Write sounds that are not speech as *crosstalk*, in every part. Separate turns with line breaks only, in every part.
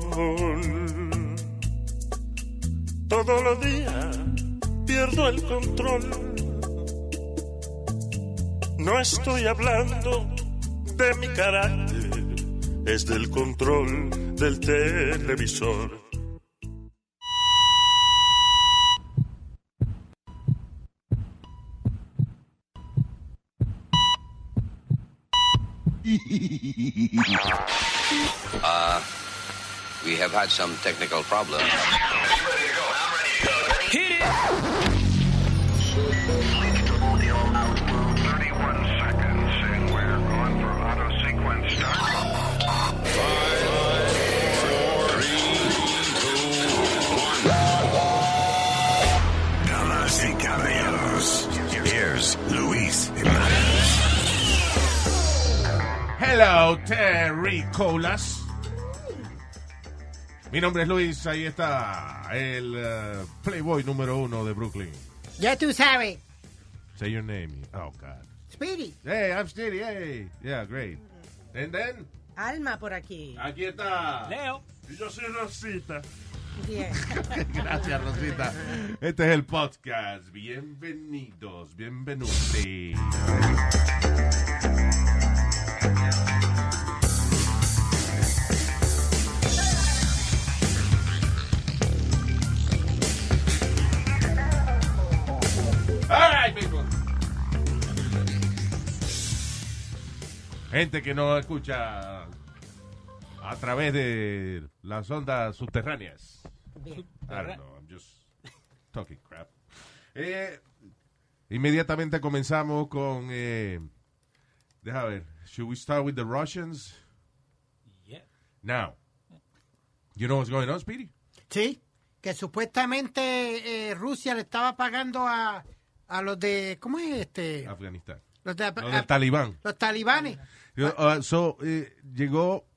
control. Todos los días pierdo el control. No estoy hablando de mi carácter, es del control del televisor.
Uh, we have had some technical problems.
Hit it!
Damas y caballeros, here's Luis Jimenez.
Hello, Terry Colas. Mi nombre es Luis, ahí está el eh, Playboy número uno de Brooklyn.
Ya tú sabes.
Say your name. Oh, God.
Speedy.
Hey, I'm Steady, hey. Yeah, great. And then,
Alma por aquí.
Ah.
aquí está.
Leo.
Yo soy Rosita.
Bien.
Gracias, Rosita. Este es el podcast. Bienvenidos, bienvenuti. All right, people. Gente que no escucha a través de las ondas subterráneas.
Bien.
I don't know, I'm just talking crap. Eh, inmediatamente comenzamos con. Eh, deja ver. Should we start with the Russians?
Yeah.
Now. You know what's going on, Speedy?
*laughs* Sí. Que supuestamente eh, Rusia le estaba pagando a, a los de. ¿Cómo es este?
Afganistán.
Los, de-
Lo
a-
del Talibán.
los talibanes.
Yo, uh, so, eh, llegó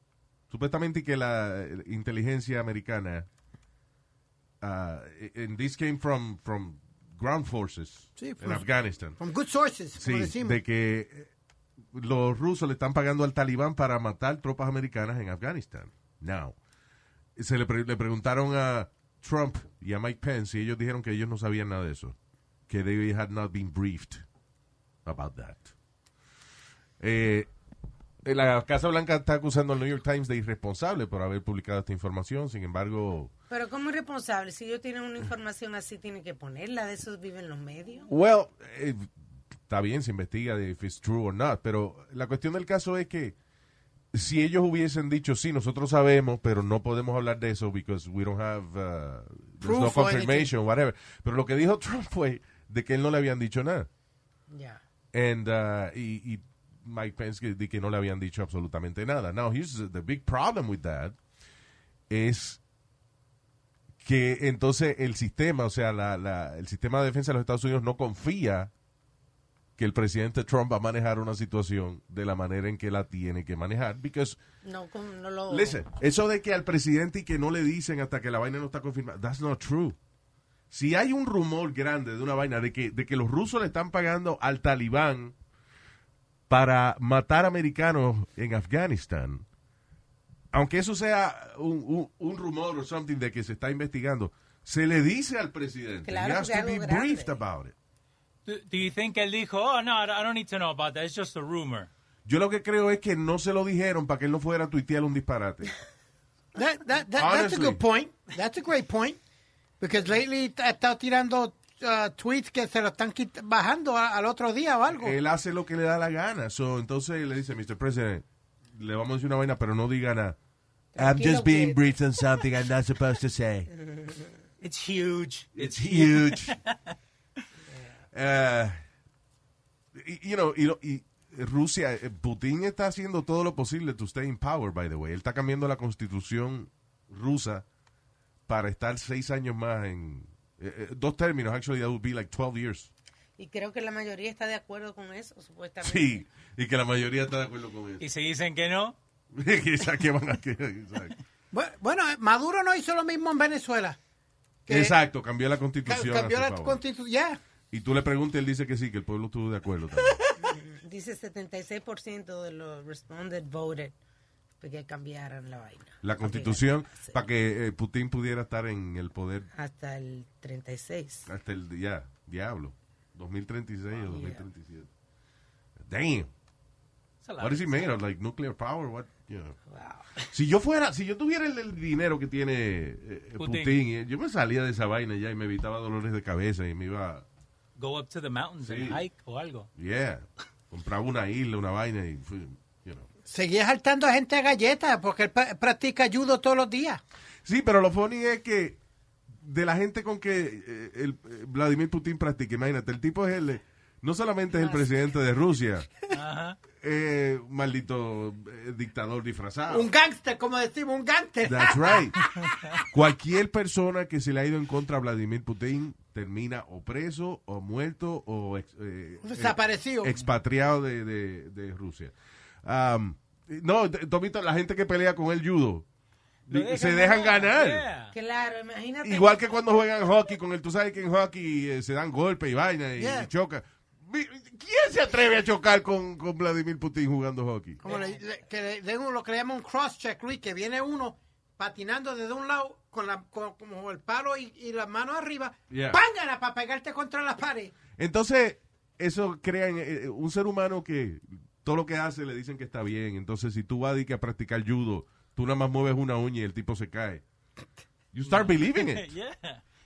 supuestamente que la eh, inteligencia americana. Uh, and this came from, from ground forces
Sí,
in
from-
Afghanistan.
From good sources, como
Sí,
decimos.
de que eh, los rusos le están pagando al talibán para matar tropas americanas en Afganistán. Now, se le, pre- le preguntaron a Trump y a Mike Pence y ellos dijeron que ellos no sabían nada de eso, que they had not been briefed about that. Eh, la Casa Blanca está acusando al New York Times de irresponsable por haber publicado esta información, sin embargo...
Pero como irresponsable, si ellos tienen una información así, tienen que ponerla, de esos viven los medios.
Well, eh, está bien, se investiga de if it's true or not, pero la cuestión del caso es que si ellos hubiesen dicho, sí, nosotros sabemos, pero no podemos hablar de eso because we don't have uh, there's no
Proof or
confirmation, whatever. Pero lo que dijo *laughs* Trump fue de que él no le habían dicho nada.
Ya.
And, uh, y, y Mike Pence que, de que no le habían dicho absolutamente nada. Now, here's the big problem with that es que entonces el sistema, o sea, la- la- el sistema de defensa de los Estados Unidos no confía que el presidente Trump va a manejar una situación de la manera en que la tiene que manejar. Because,
No, como no lo.
listen, eso de que al presidente y que no le dicen hasta que la vaina no está confirmada, that's not true. Si hay un rumor grande de una vaina de que, de que los rusos le están pagando al talibán para matar americanos en Afganistán, aunque eso sea un, un- un rumor o something de que se está investigando, se le dice al presidente.
Claro,
you have
porque
to be
algo grande.
briefed about it.
Do, do you think él dijo, oh, no, I don't- I don't need to know about that. It's just a rumor.
Yo lo que creo es que no se lo dijeron para que él no fuera a tuitear un disparate.
That- that- that- that's a
Honestly.
good point. That's a great point. Because lately ha estado tirando uh, tweets que se lo están quit- bajando a- al otro día o algo.
él hace lo que le da la gana. So, entonces le dice, Mr. President, le vamos a decir una vaina, pero no diga nada. I'm
just being
briefed on something I'm not supposed to say.
*laughs* It's huge.
It's huge. *laughs* Eh, y- you know, y, lo- y Rusia, eh, Putin está haciendo todo lo posible to stay in power, by the way. Él está cambiando la constitución rusa para estar seis años más en... eh, eh, dos términos, actually, that would be like 12 years.
Y creo que la mayoría está de acuerdo con eso, supuestamente.
*laughs* Sí, y que la mayoría está de acuerdo con eso. *laughs*
Y si dicen que no,
Quizás que van a quedar,
*laughs*
exacto.
Bu- Bueno, eh, Maduro no hizo lo mismo en Venezuela. Que
Exacto, cambió la
ca-
constitución.
Cambió
a su
la
favor.
constitución. Ya.
y tú le preguntas, él dice que sí, que el pueblo
*laughs*
estuvo de acuerdo. también.
Dice 76% de los responded voted para que cambiaran la vaina.
La constitución
Para que-
para que eh, Putin pudiera estar en el poder
Hasta el 36.
hasta el ya, diablo. 2036 o 2037. Damn.
It's a lot.
What is he made of? Like nuclear power? What? You know.
Wow.
Si yo fuera, si yo tuviera el, el dinero que tiene eh, eh,
Putin.
Putin, eh, yo me salía de esa vaina ya y me evitaba dolores de cabeza y me iba,
Go up to the mountains
Sí.
and hike o algo.
yeah, compraba una isla, una vaina y, fui, you know.
Seguía saltando a gente a galletas porque él pa- practica judo todos los días.
Sí, pero lo funny es que de la gente con que eh, el, eh, Vladimir Putin practica, imagínate, el tipo es el, eh, no solamente es el presidente de Rusia,
Ajá.
eh, maldito eh, dictador disfrazado.
Un gángster, como decimos, un gángster.
That's right. Cualquier persona que se le ha ido en contra a Vladimir Putin termina o preso o muerto o ex- eh,
Desaparecido.
eh, expatriado de, de- de Rusia. Am, no, t- Tomito, la gente que pelea con el judo
Lo
di- se dejan ganar.
Yeah.
Claro, imagínate.
Igual que cuando juegan hockey con el, tú sabes que en hockey eh, se dan golpes y vaina y,
Yeah.
y chocan. Mi- ¿Quién se atreve a chocar con, con Vladimir Putin jugando hockey?
Como le- le- que le den lo que le llaman un cross-check, Luis, que viene uno patinando desde un lado con, la, con- como el palo y, y las manos arriba,
Yeah.
pángala para pegarte contra la pared.
Entonces, eso crea en, eh, un ser humano que todo lo que hace le dicen que está bien. Entonces, si tú vas di que a practicar judo, tú nada más mueves una uña y el tipo se cae. You start believing it.
Yeah.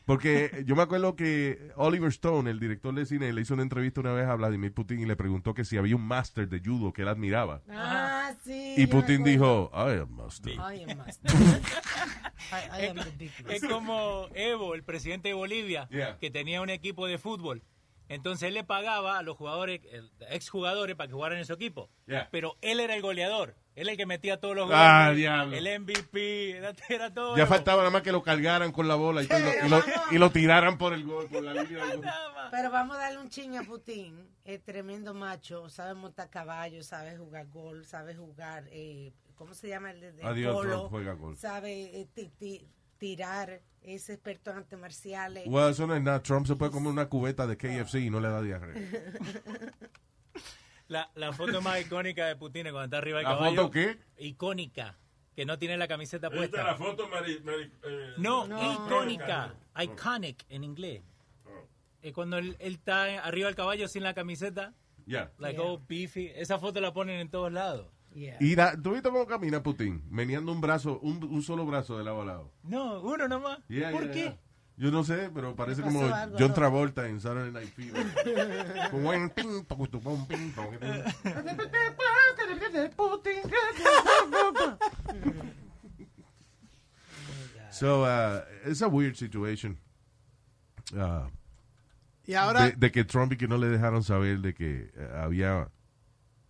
Porque yo me acuerdo que Oliver Stone, el director de cine, le hizo una entrevista una vez a Vladimir Putin y le preguntó que si había un máster de judo que él admiraba.
Ah, sí.
Y
yo me
Putin
acuerdo.
dijo, I am master.
I
*laughs*
am master. I, I am the big man.
Es como Evo, el presidente de Bolivia,
Yeah.
que tenía un equipo de fútbol. Entonces él le pagaba a los jugadores, el- exjugadores, para que jugaran en su equipo.
Yeah.
Pero él era el goleador. Él el que metía todos los goles.
Ah, diablo.
El MVP, era, era todo.
Ya
Evo.
faltaba nada más que lo cargaran con la bola y, todo, y lo, y lo tiraran por el gol, por la línea del
*laughs*
gol.
Nada más.
Pero vamos a darle un ching a Putin. Es tremendo macho. Sabe montar caballo, sabe jugar gol, sabe jugar. Eh, ¿Cómo se llama el de, de
Adiós,
polo?
Trump juega gol.
Sabe eh, ti- ti- tirar. Es experto en artes marciales.
Bueno, eso no es nada. Trump se puede comer una cubeta de KFC y no le da diarrea.
La, la foto más icónica de Putin es cuando está arriba del
¿La
caballo.
foto qué?
Icónica. Que no tiene la camiseta
Ahí está
puesta.
la foto, Mari. Mari- eh,
No,
No.
icónica. Iconic en inglés.
Oh.
Es cuando él, él está arriba del caballo sin la camiseta.
Ya.
Like
Yeah.
old beefy. Esa foto la ponen en todos lados.
Yeah.
Y la- ¿Tú viste cómo camina Putin? Meneando un brazo, un, un solo brazo de lado a lado.
No, uno nomás.
Yeah,
¿Por
yeah,
qué?
yeah. Yo no sé, pero parece
pasó
como
algo,
John
¿no?
Travolta en Saturday Night Fever. Como en ping, poco, tu, pum, ping, poco, tu,
*laughs*
pum. So, uh, it's a weird situation. Uh,
Y ahora,
de, de que Trump y que no le dejaron saber de que eh, había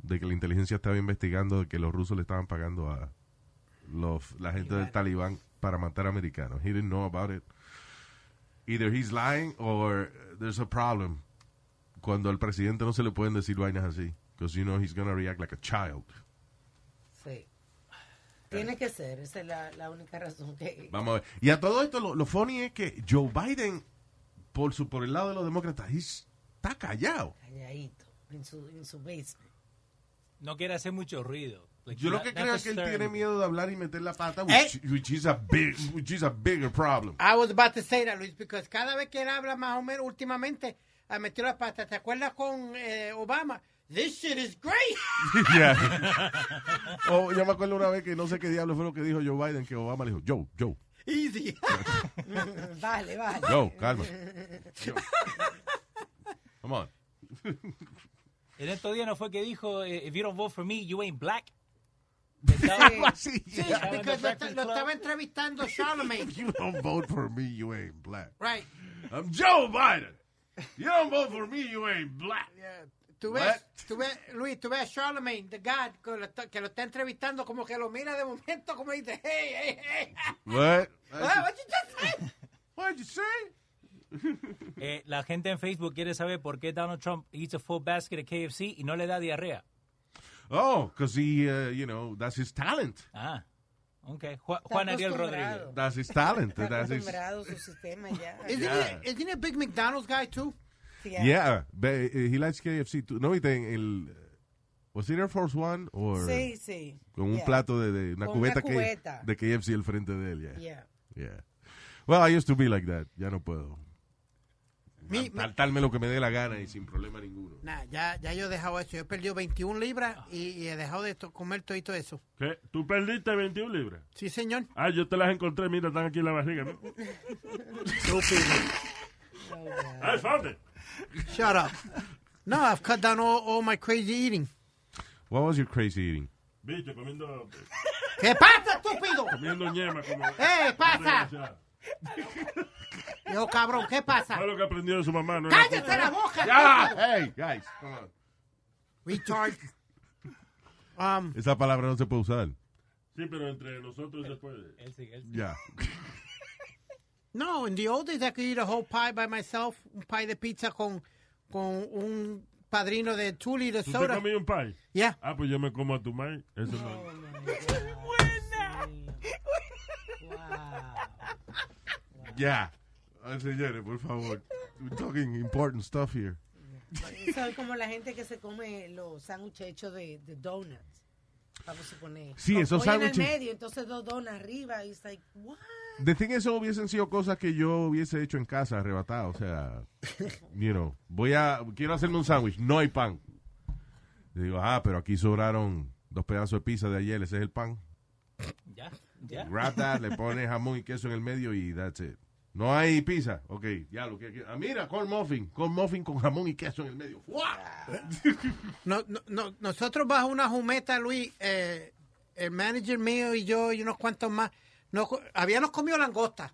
de que la inteligencia estaba investigando de que los rusos le estaban pagando a los la gente del talibán para matar americanos he didn't know about it either he's lying or there's a problem cuando al presidente no se le pueden decir vainas así because you know he's gonna react like a child
Sí. Tiene que ser. Esa es la, la única razón que.
vamos a ver y a todo esto lo, lo funny es que Joe Biden por su por el lado de los demócratas he's- está callado
Calladito. En su, en su basement. *laughs*
No quiere hacer mucho ruido. Like,
Yo lo
not-
que
not
creo es que él
disturb.
tiene miedo de hablar y meter la pata,
Eh.
which, which is a big, which is a bigger problem.
*laughs* I was about to say that, Luis, because cada vez que él habla más o menos últimamente, ha metido la pata. ¿Te acuerdas con eh, Obama? This shit is great. *laughs*
*laughs* Oh, yo me acuerdo una vez que no sé qué diablo fue lo que dijo Joe Biden, que Obama le dijo, Joe, Joe,
Easy. *laughs*
Vale, vale.
Joe, calma. Joe. Come on. *laughs*
En estos días no fue que dijo, eh, if you don't vote for me, you
*laughs*
ain't black.
Estaba-
Sí,
Sí,
*laughs* yeah.
because lo, está- lo estaba entrevistando Charlemagne.
You don't vote for me, you ain't black.
Right.
I'm Joe Biden. You don't vote for me, you ain't black.
Yeah. Tú
What?
ves, tú ves, Luis, tú ves a Charlemagne, the God, que lo, está, que lo está entrevistando, como que lo mira de momento, como dice, hey, hey, hey.
What?
Ah, what you
*laughs*
just said?
What'd you say?
Eh, la gente en Facebook quiere saber por qué Donald Trump eats a full basket of KFC y no le da diarrea.
Oh, because he, uh, you know, that's his talent.
Ah, ok. Ju- Juan Ariel
acostumbrado.
Rodríguez.
That's his talent.
Está
That's his,
acostumbrado su sistema ya.
*laughs*
Isn't,
Yeah.
he, isn't he a big McDonald's guy, too?
Sí,
eh, Yeah, but, uh, he likes KFC too. No, viste en el ¿Was it Air Force One? Or
Sí, sí.
Con un
Yeah.
plato de, de- una,
Con una
cubeta
cubeta.
Que, de KFC al frente de él. Yeah.
Yeah.
Yeah. Well, I used to be like that. Ya no puedo.
Mi- mi-
Saltarme lo que me dé la gana y sin problema ninguno.
nah, ya, ya yo he dejado eso. Yo he perdido 21 libras
Ah.
y, y he dejado de to- comer todo eso.
¿Qué? ¿Tú perdiste 21 libras?
Sí, señor.
Ah, yo te las encontré, mira, están aquí en la barriga.
Oh, God.
I found it.
*laughs*
Shut up. No, I've cut down all, all my crazy eating.
What was your crazy eating?
Viste, comiendo,
¿Qué pasa, estúpido?
*laughs*
comiendo ñema como...
¡Eh, pasa!
Desgraciado.
Yo, cabrón, ¿qué pasa?
¿Sabes lo que aprendió de su mamá? No
¡Cállate la boca!
Hey, guys, come on.
Retard. Um,
Esa palabra no se puede usar.
Sí, pero entre nosotros después.
Eh,
Él sí, él sí.
Ya.
no, in the old days I could eat a whole pie by myself, un pie de pizza con, con un padrino de two liter
¿Tú te
soda.
comí un pie?
Yeah.
*laughs* Ah, pues yo me como a tu mai. Eso no.
Ya. Ay, Señores, por favor. We're talking important stuff here.
Eso es como la gente que se come los sándwiches hechos de, de donuts. Vamos a suponer.
Sí,
Con
esos
pollo En
sándwiches-
el medio, entonces dos donuts arriba. Y es like, what?
De thing eso hubiesen sido cosas que yo hubiese hecho en casa, arrebatado. O
*laughs*
sea, you know, voy a, quiero hacerme un sándwich, no hay pan. Y digo, ah, pero aquí sobraron dos pedazos de pizza de ayer, ese es el pan.
Ya, ya.
Grab that, le pones jamón y queso en el medio y that's it. No hay pizza. Ok, ya lo que. que- Ah, mira, corn muffin. Corn muffin con jamón y queso en el medio. ¡Fua!
No, no, no, nosotros bajo una jumeta, Luis, eh, el manager mío y yo y unos cuantos más, no, co- habíamos comido langosta.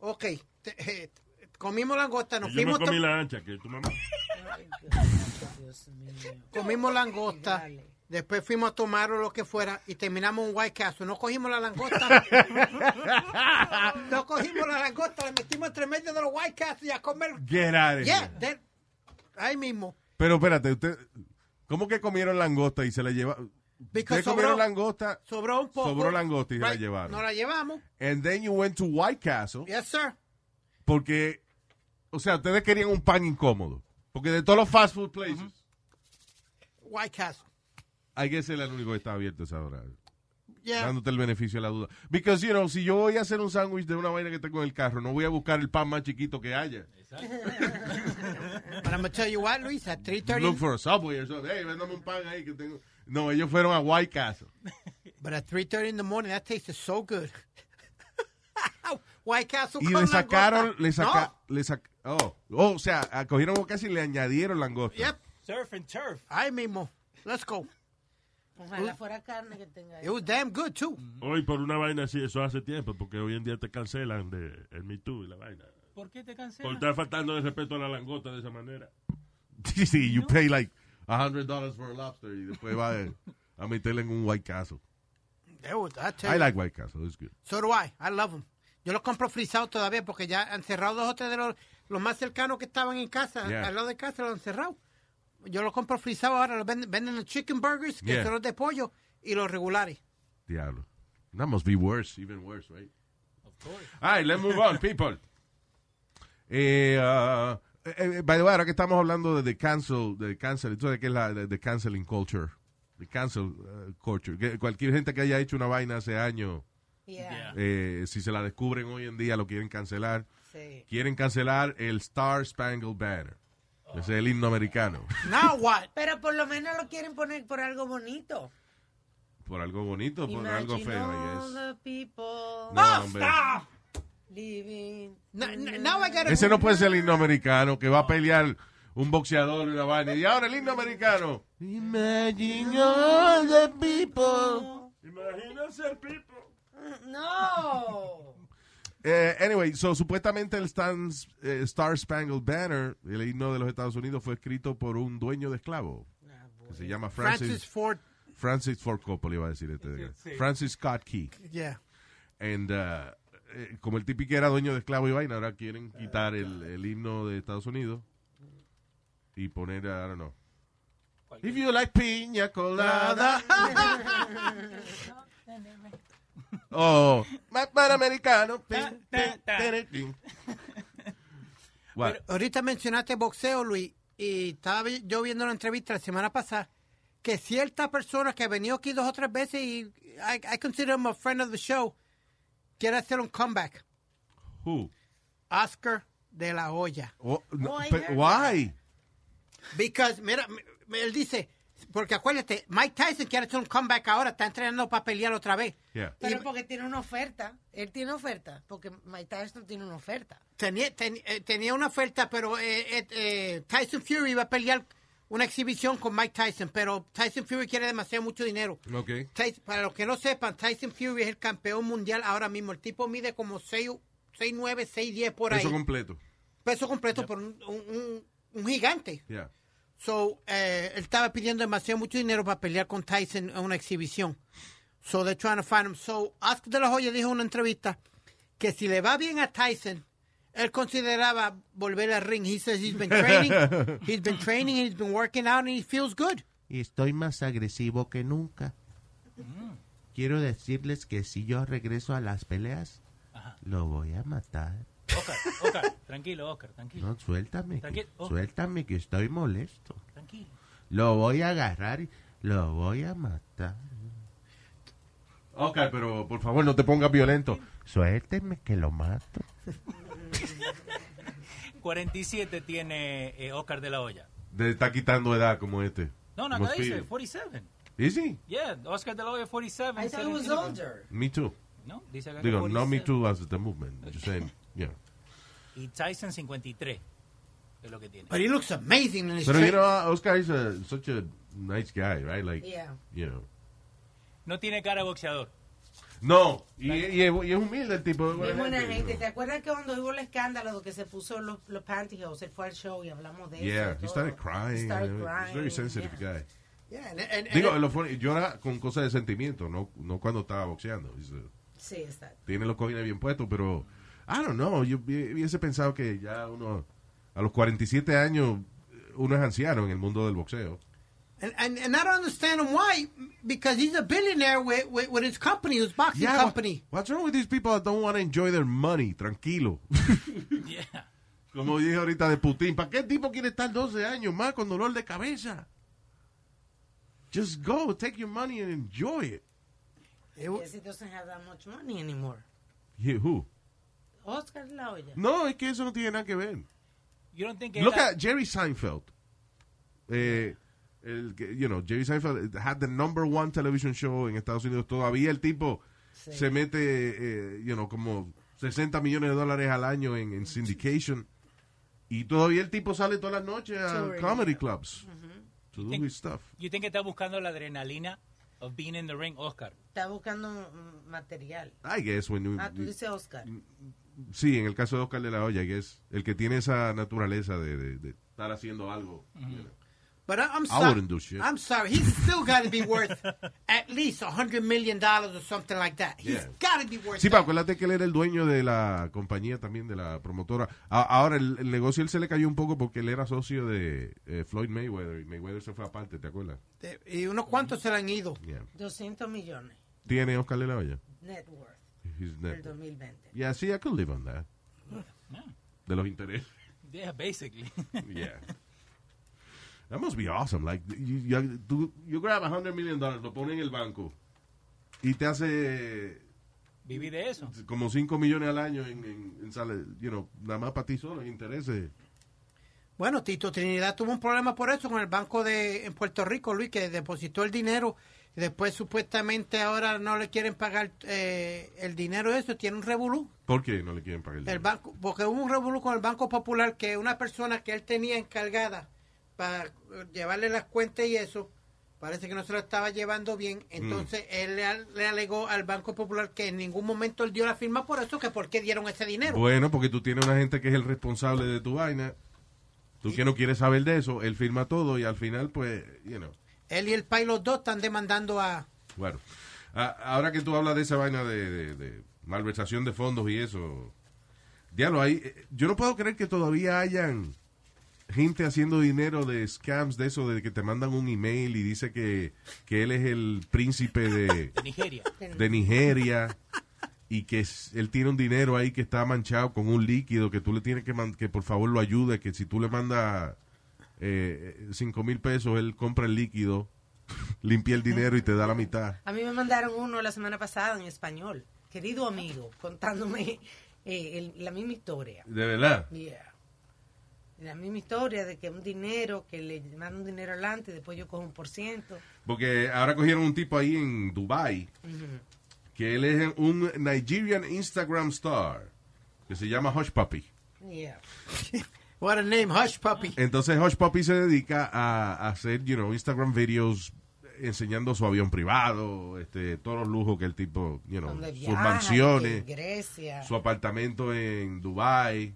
Ok, te- eh, comimos langosta, nos
Y Yo me
fuimos, to-
comí la ancha que tu mamá.
Ay, Dios, Dios mío.
comimos langosta,
Dale.
después fuimos a tomar o lo que fuera y terminamos un White Castle. No cogimos
*laughs*
la langosta. no cogimos la langosta, la metimos entre medio de los White Castle y a comer.
Get out of
Yeah,
here.
that- ahí mismo.
Pero espérate, usted. ¿Cómo que comieron langosta y se la llevaron?
Because
Ustedes comieron
sobró-
langosta.
Sobró un poco.
Sobró langosta y se la
Right,
llevaron.
Nos la llevamos.
And then you went to White Castle.
Yes, sir.
Porque, o sea, ustedes querían un pan incómodo. Porque de todos los fast food places,
White Castle.
hay que ser el único que está abierto a esa hora.
Yeah.
Dándote el beneficio de la duda. Because, you know, si yo voy a hacer un sándwich de una vaina que tengo en el carro, no voy a buscar el pan más chiquito que haya.
But I'm gonna tell you what, Luis, at
Look
3:30,
for a Subway or something. Hey, véndame un pan ahí que tengo. No, ellos fueron a White
*laughs*
Castle.
but at 3:30 in the morning, that tasted so good. *laughs* White Castle.
Y
con
le sacaron,
langosta.
le sacaron,
No.
le sac- oh, oh, o sea, a- cogieron casi y le añadieron langosta.
Yep,
Surf and turf.
ahí mismo. Let's go.
Ojalá fuera carne que tenga
It was damn good too.
Mm-hmm.
Hoy por una vaina así, eso hace tiempo, porque hoy en día te cancelan de el Me Too y la vaina.
¿Por qué te
Por
cancelan?
estar faltando de respeto a la langota de esa manera.
*laughs* Sí, you pay like $100 for a lobster y después va a, a meterle en un White Castle.
It was, I tell
I
you.
like White Castle, it's good.
So do I. I love them. Yo los compro frisados todavía porque ya han cerrado dos o tres de los, los más cercanos que estaban en casa,
Yeah.
al lado de casa, los han cerrado. Yo los compro frisados ahora, los venden, venden los chicken burgers, que
Yeah.
son los de pollo, y los regulares.
Diablo. That must be worse, even worse, right? Of course. All right, let's move
*laughs*
on, people. Eh, uh, eh, eh, by the way, ahora que estamos hablando de the cancel, de cancel, entonces, ¿qué es la de, de canceling culture? The cancel uh, culture. Que cualquier gente que haya hecho una vaina hace años,
Yeah.
eh, si se la descubren hoy en día, lo quieren cancelar.
Sí.
Quieren cancelar el Star Spangled Banner. Ese es el himno americano. *laughs*
Now what?
Pero por lo menos lo quieren poner por algo bonito.
Por algo bonito, por
Imagine
algo feo. I
all
guess.
the people
No, hombre.
Ah. living.
N- n- now I gotta
Ese no puede ser el himno americano que va a pelear un boxeador y una vaina. Y ahora el himno americano. Imagine all the people.
Imagínense el pipo.
No.
Eh, anyway, so, supuestamente el Stan- eh, Star Spangled Banner, el himno de los Estados Unidos, fue escrito por un dueño de esclavo que se llama
Francis
Francis
Ford.
Francis Ford Coppola, iba a decir este. de- Francis Scott Key.
Yeah.
And, uh, eh, como el típico era dueño de esclavo y vaina, ahora quieren quitar el, el himno de Estados Unidos y poner, I don't know. If you like piña colada. oh, más para americano. pin, pin, tin, tin. What? Ah.
Ahorita mencionaste boxeo, Luis, y estaba vi- yo viendo una entrevista la semana pasada que cierta persona que venido aquí dos o tres veces y I, I consider him a friend of the show, quiere hacer un comeback.
Who?
Oscar de la Hoya.
Oh, no,
Oh, I
pe-
heard
why?
Because, mira, m- m- él dice, porque acuérdate, Mike Tyson quiere hacer un comeback ahora, está entrenando para pelear otra vez.
Yeah.
Pero porque tiene una oferta. Él tiene oferta. Porque Mike Tyson tiene una oferta.
Tenía, ten- eh, tenía una oferta, pero eh, eh, eh, Tyson Fury iba a pelear una exhibición con Mike Tyson, pero Tyson Fury quiere demasiado mucho dinero.
Okay.
Tyson- para los que no sepan, Tyson Fury es el campeón mundial ahora mismo. El tipo mide como 6'9", 6'10", por ahí.
Eso completo.
peso completo por un, un- un- un gigante.
Yeah.
So, eh, él estaba pidiendo demasiado mucho dinero para pelear con Tyson en una exhibición. So, they're trying to find him. So, Oscar de la Hoya dijo en una entrevista que si le va bien a Tyson, él consideraba volver al ring. He
*laughs*
says he's been training, he's been training, he's been working out, and he feels good.
y estoy más agresivo que nunca. Quiero decirles que si yo regreso a las peleas, lo voy a matar.
Oscar, Oscar, *laughs* tranquilo, Oscar, tranquilo,
No, suéltame, que,
Tranquilo. Oh.
suéltame que estoy molesto.
tranquilo.
Lo voy a agarrar y lo voy a matar.
Ok, pero por favor no te pongas violento.
Suélteme que lo mato.
47 tiene eh, Oscar de la Hoya.
Te está quitando edad como este.
No, no,
Como
acá dice
Speedy.
47.
Is he?
Yeah, Oscar de la Hoya 47.
I thought he was
17.
older.
Me too.
No, dice acá que
Digo, no me
47.
too as the movement. You're saying, yeah.
Y Tyson 53 es lo que tiene.
But he looks amazing in his
Pero, you
training.
know, Oscar is a, such a nice guy, right? Like,
Yeah.
you know.
No tiene cara de boxeador. *laughs*
No, y, y es, y es humilde el tipo. es
Es buena gente.
you
¿Te acuerdas que cuando hubo el escándalo de que se puso los, los pantyhose, él fue al show y hablamos de
know. Yeah,
eso?
he
y
started
todo?
crying.
He started
and everything. He's a
crying,
very sensitive
yeah.
guy.
Yeah, and- and- and-
Digo, lo funny, llora con cosas de sentimiento, no, no cuando estaba boxeando. He's a-
Sí, exacto.
tiene los cojines bien puestos, pero I don't know, yo hubie- hubiese pensado que ya uno a los 47 años uno es anciano en el mundo del boxeo.
And, and and I don't understand him why, because he's a billionaire with, with, with his company, his boxing
Yeah,
company.
what- what's wrong with these people that don't want to enjoy their money? Tranquilo. *laughs*
Yeah.
Como dije ahorita de Putin, ¿para qué tipo quiere estar 12 años más con dolor de cabeza? Just go, take your money and enjoy it.
It wa-
Yes, he doesn't have that much money anymore.
Yeah, who?
Oscar La Hoya.
No, es que eso no tiene nada que ver.
You don't think
Look
esta-
at Jerry Seinfeld. Eh, el, que- you know, Jerry Seinfeld had the number one television show en Estados Unidos. Todavía el tipo se mete, eh, you know, como 60 millones de dólares al año en, en syndication. Y todavía el tipo sale todas las noches a
Touring.
comedy clubs to do
Think-
his stuff.
you think está buscando la adrenalina of being in the ring, Oscar.
Está buscando mm, material.
I guess when you-
Ah, tú dices Oscar.
sí, en el caso de Oscar de la Hoya, I guess el que tiene esa naturaleza de, de- de estar haciendo algo. you know.
But I, I'm
I
sorry.
wouldn't do shit.
I'm sorry. He's still got to be worth *laughs* at least a hundred million dollars or something like that. He's
Yeah.
got to be worth.
Sí,
that.
pero acuérdate que él era el dueño de la compañía también, de la promotora. A- ahora, el, el negocio él se le cayó un poco porque él era socio de eh, Floyd Mayweather y Mayweather se fue aparte, ¿te acuerdas?
Eh, Y unos cuantos se le han ido.
Yeah.
200 millones.
¿Tiene Oscar de la Hoya?
Net worth.
His
Del
net-
2020.
Yeah, sí, I could live on that.
Yeah.
De los intereses.
Yeah, basically. *laughs*
Yeah. That must be awesome. Like, you, you, tú- you grab a hundred million dollars, lo pones en el banco y te hace
Viví de eso.
como 5 millones al año en, en, en sale- you know, nada más para ti solo, en intereses.
Bueno, Tito Trinidad tuvo un problema por eso con el banco de en Puerto Rico, Luis, que depositó el dinero y después supuestamente ahora no le quieren pagar eh, el dinero. Eso tiene un revolú.
¿Por qué no le quieren pagar el
El
dinero?
banco, porque hubo un revolú con el Banco Popular que una persona que él tenía encargada para eh, llevarle las cuentas y eso, parece que no se lo estaba llevando
Mm.
bien. Entonces él le, al- le alegó al Banco Popular que en ningún momento él dio la firma por eso, que por qué dieron ese dinero.
Bueno, porque tú tienes una gente que es el responsable de tu vaina. Tú que no quieres saber de eso, él firma todo y al final, pues, you know,
Él y el país los dos están demandando a...
bueno. A- ahora que tú hablas de esa vaina de, de- de malversación de fondos y eso, diablo, ahí, eh, yo no puedo creer que todavía hayan gente haciendo dinero de scams, de eso, de que te mandan un email y dice que, que él es el príncipe de...
De Nigeria.
de Nigeria y que s- él tiene un dinero ahí que está manchado con un líquido que tú le tienes que man- que por favor lo ayude, que si tú le mandas eh, 5 mil pesos, él compra el líquido *laughs* limpia el dinero y te da la mitad.
A mí me mandaron uno la semana pasada en español. Querido amigo, contándome eh, el- la misma historia.
De verdad.
Yeah. La misma historia de que un dinero, que le mando un dinero adelante y después yo cojo un por ciento.
Porque ahora cogieron un tipo ahí en Dubai
Ujú.
que él es un Nigerian Instagram star que se llama Hush Puppy.
Yeah.
What a name, Hush Puppy.
Entonces Hush Puppy se dedica a hacer, you know, Instagram videos enseñando su avión privado, este, todos los lujos que el tipo, you know,
Donde
sus
viaja,
mansiones.
en Grecia.
su apartamento en Dubai.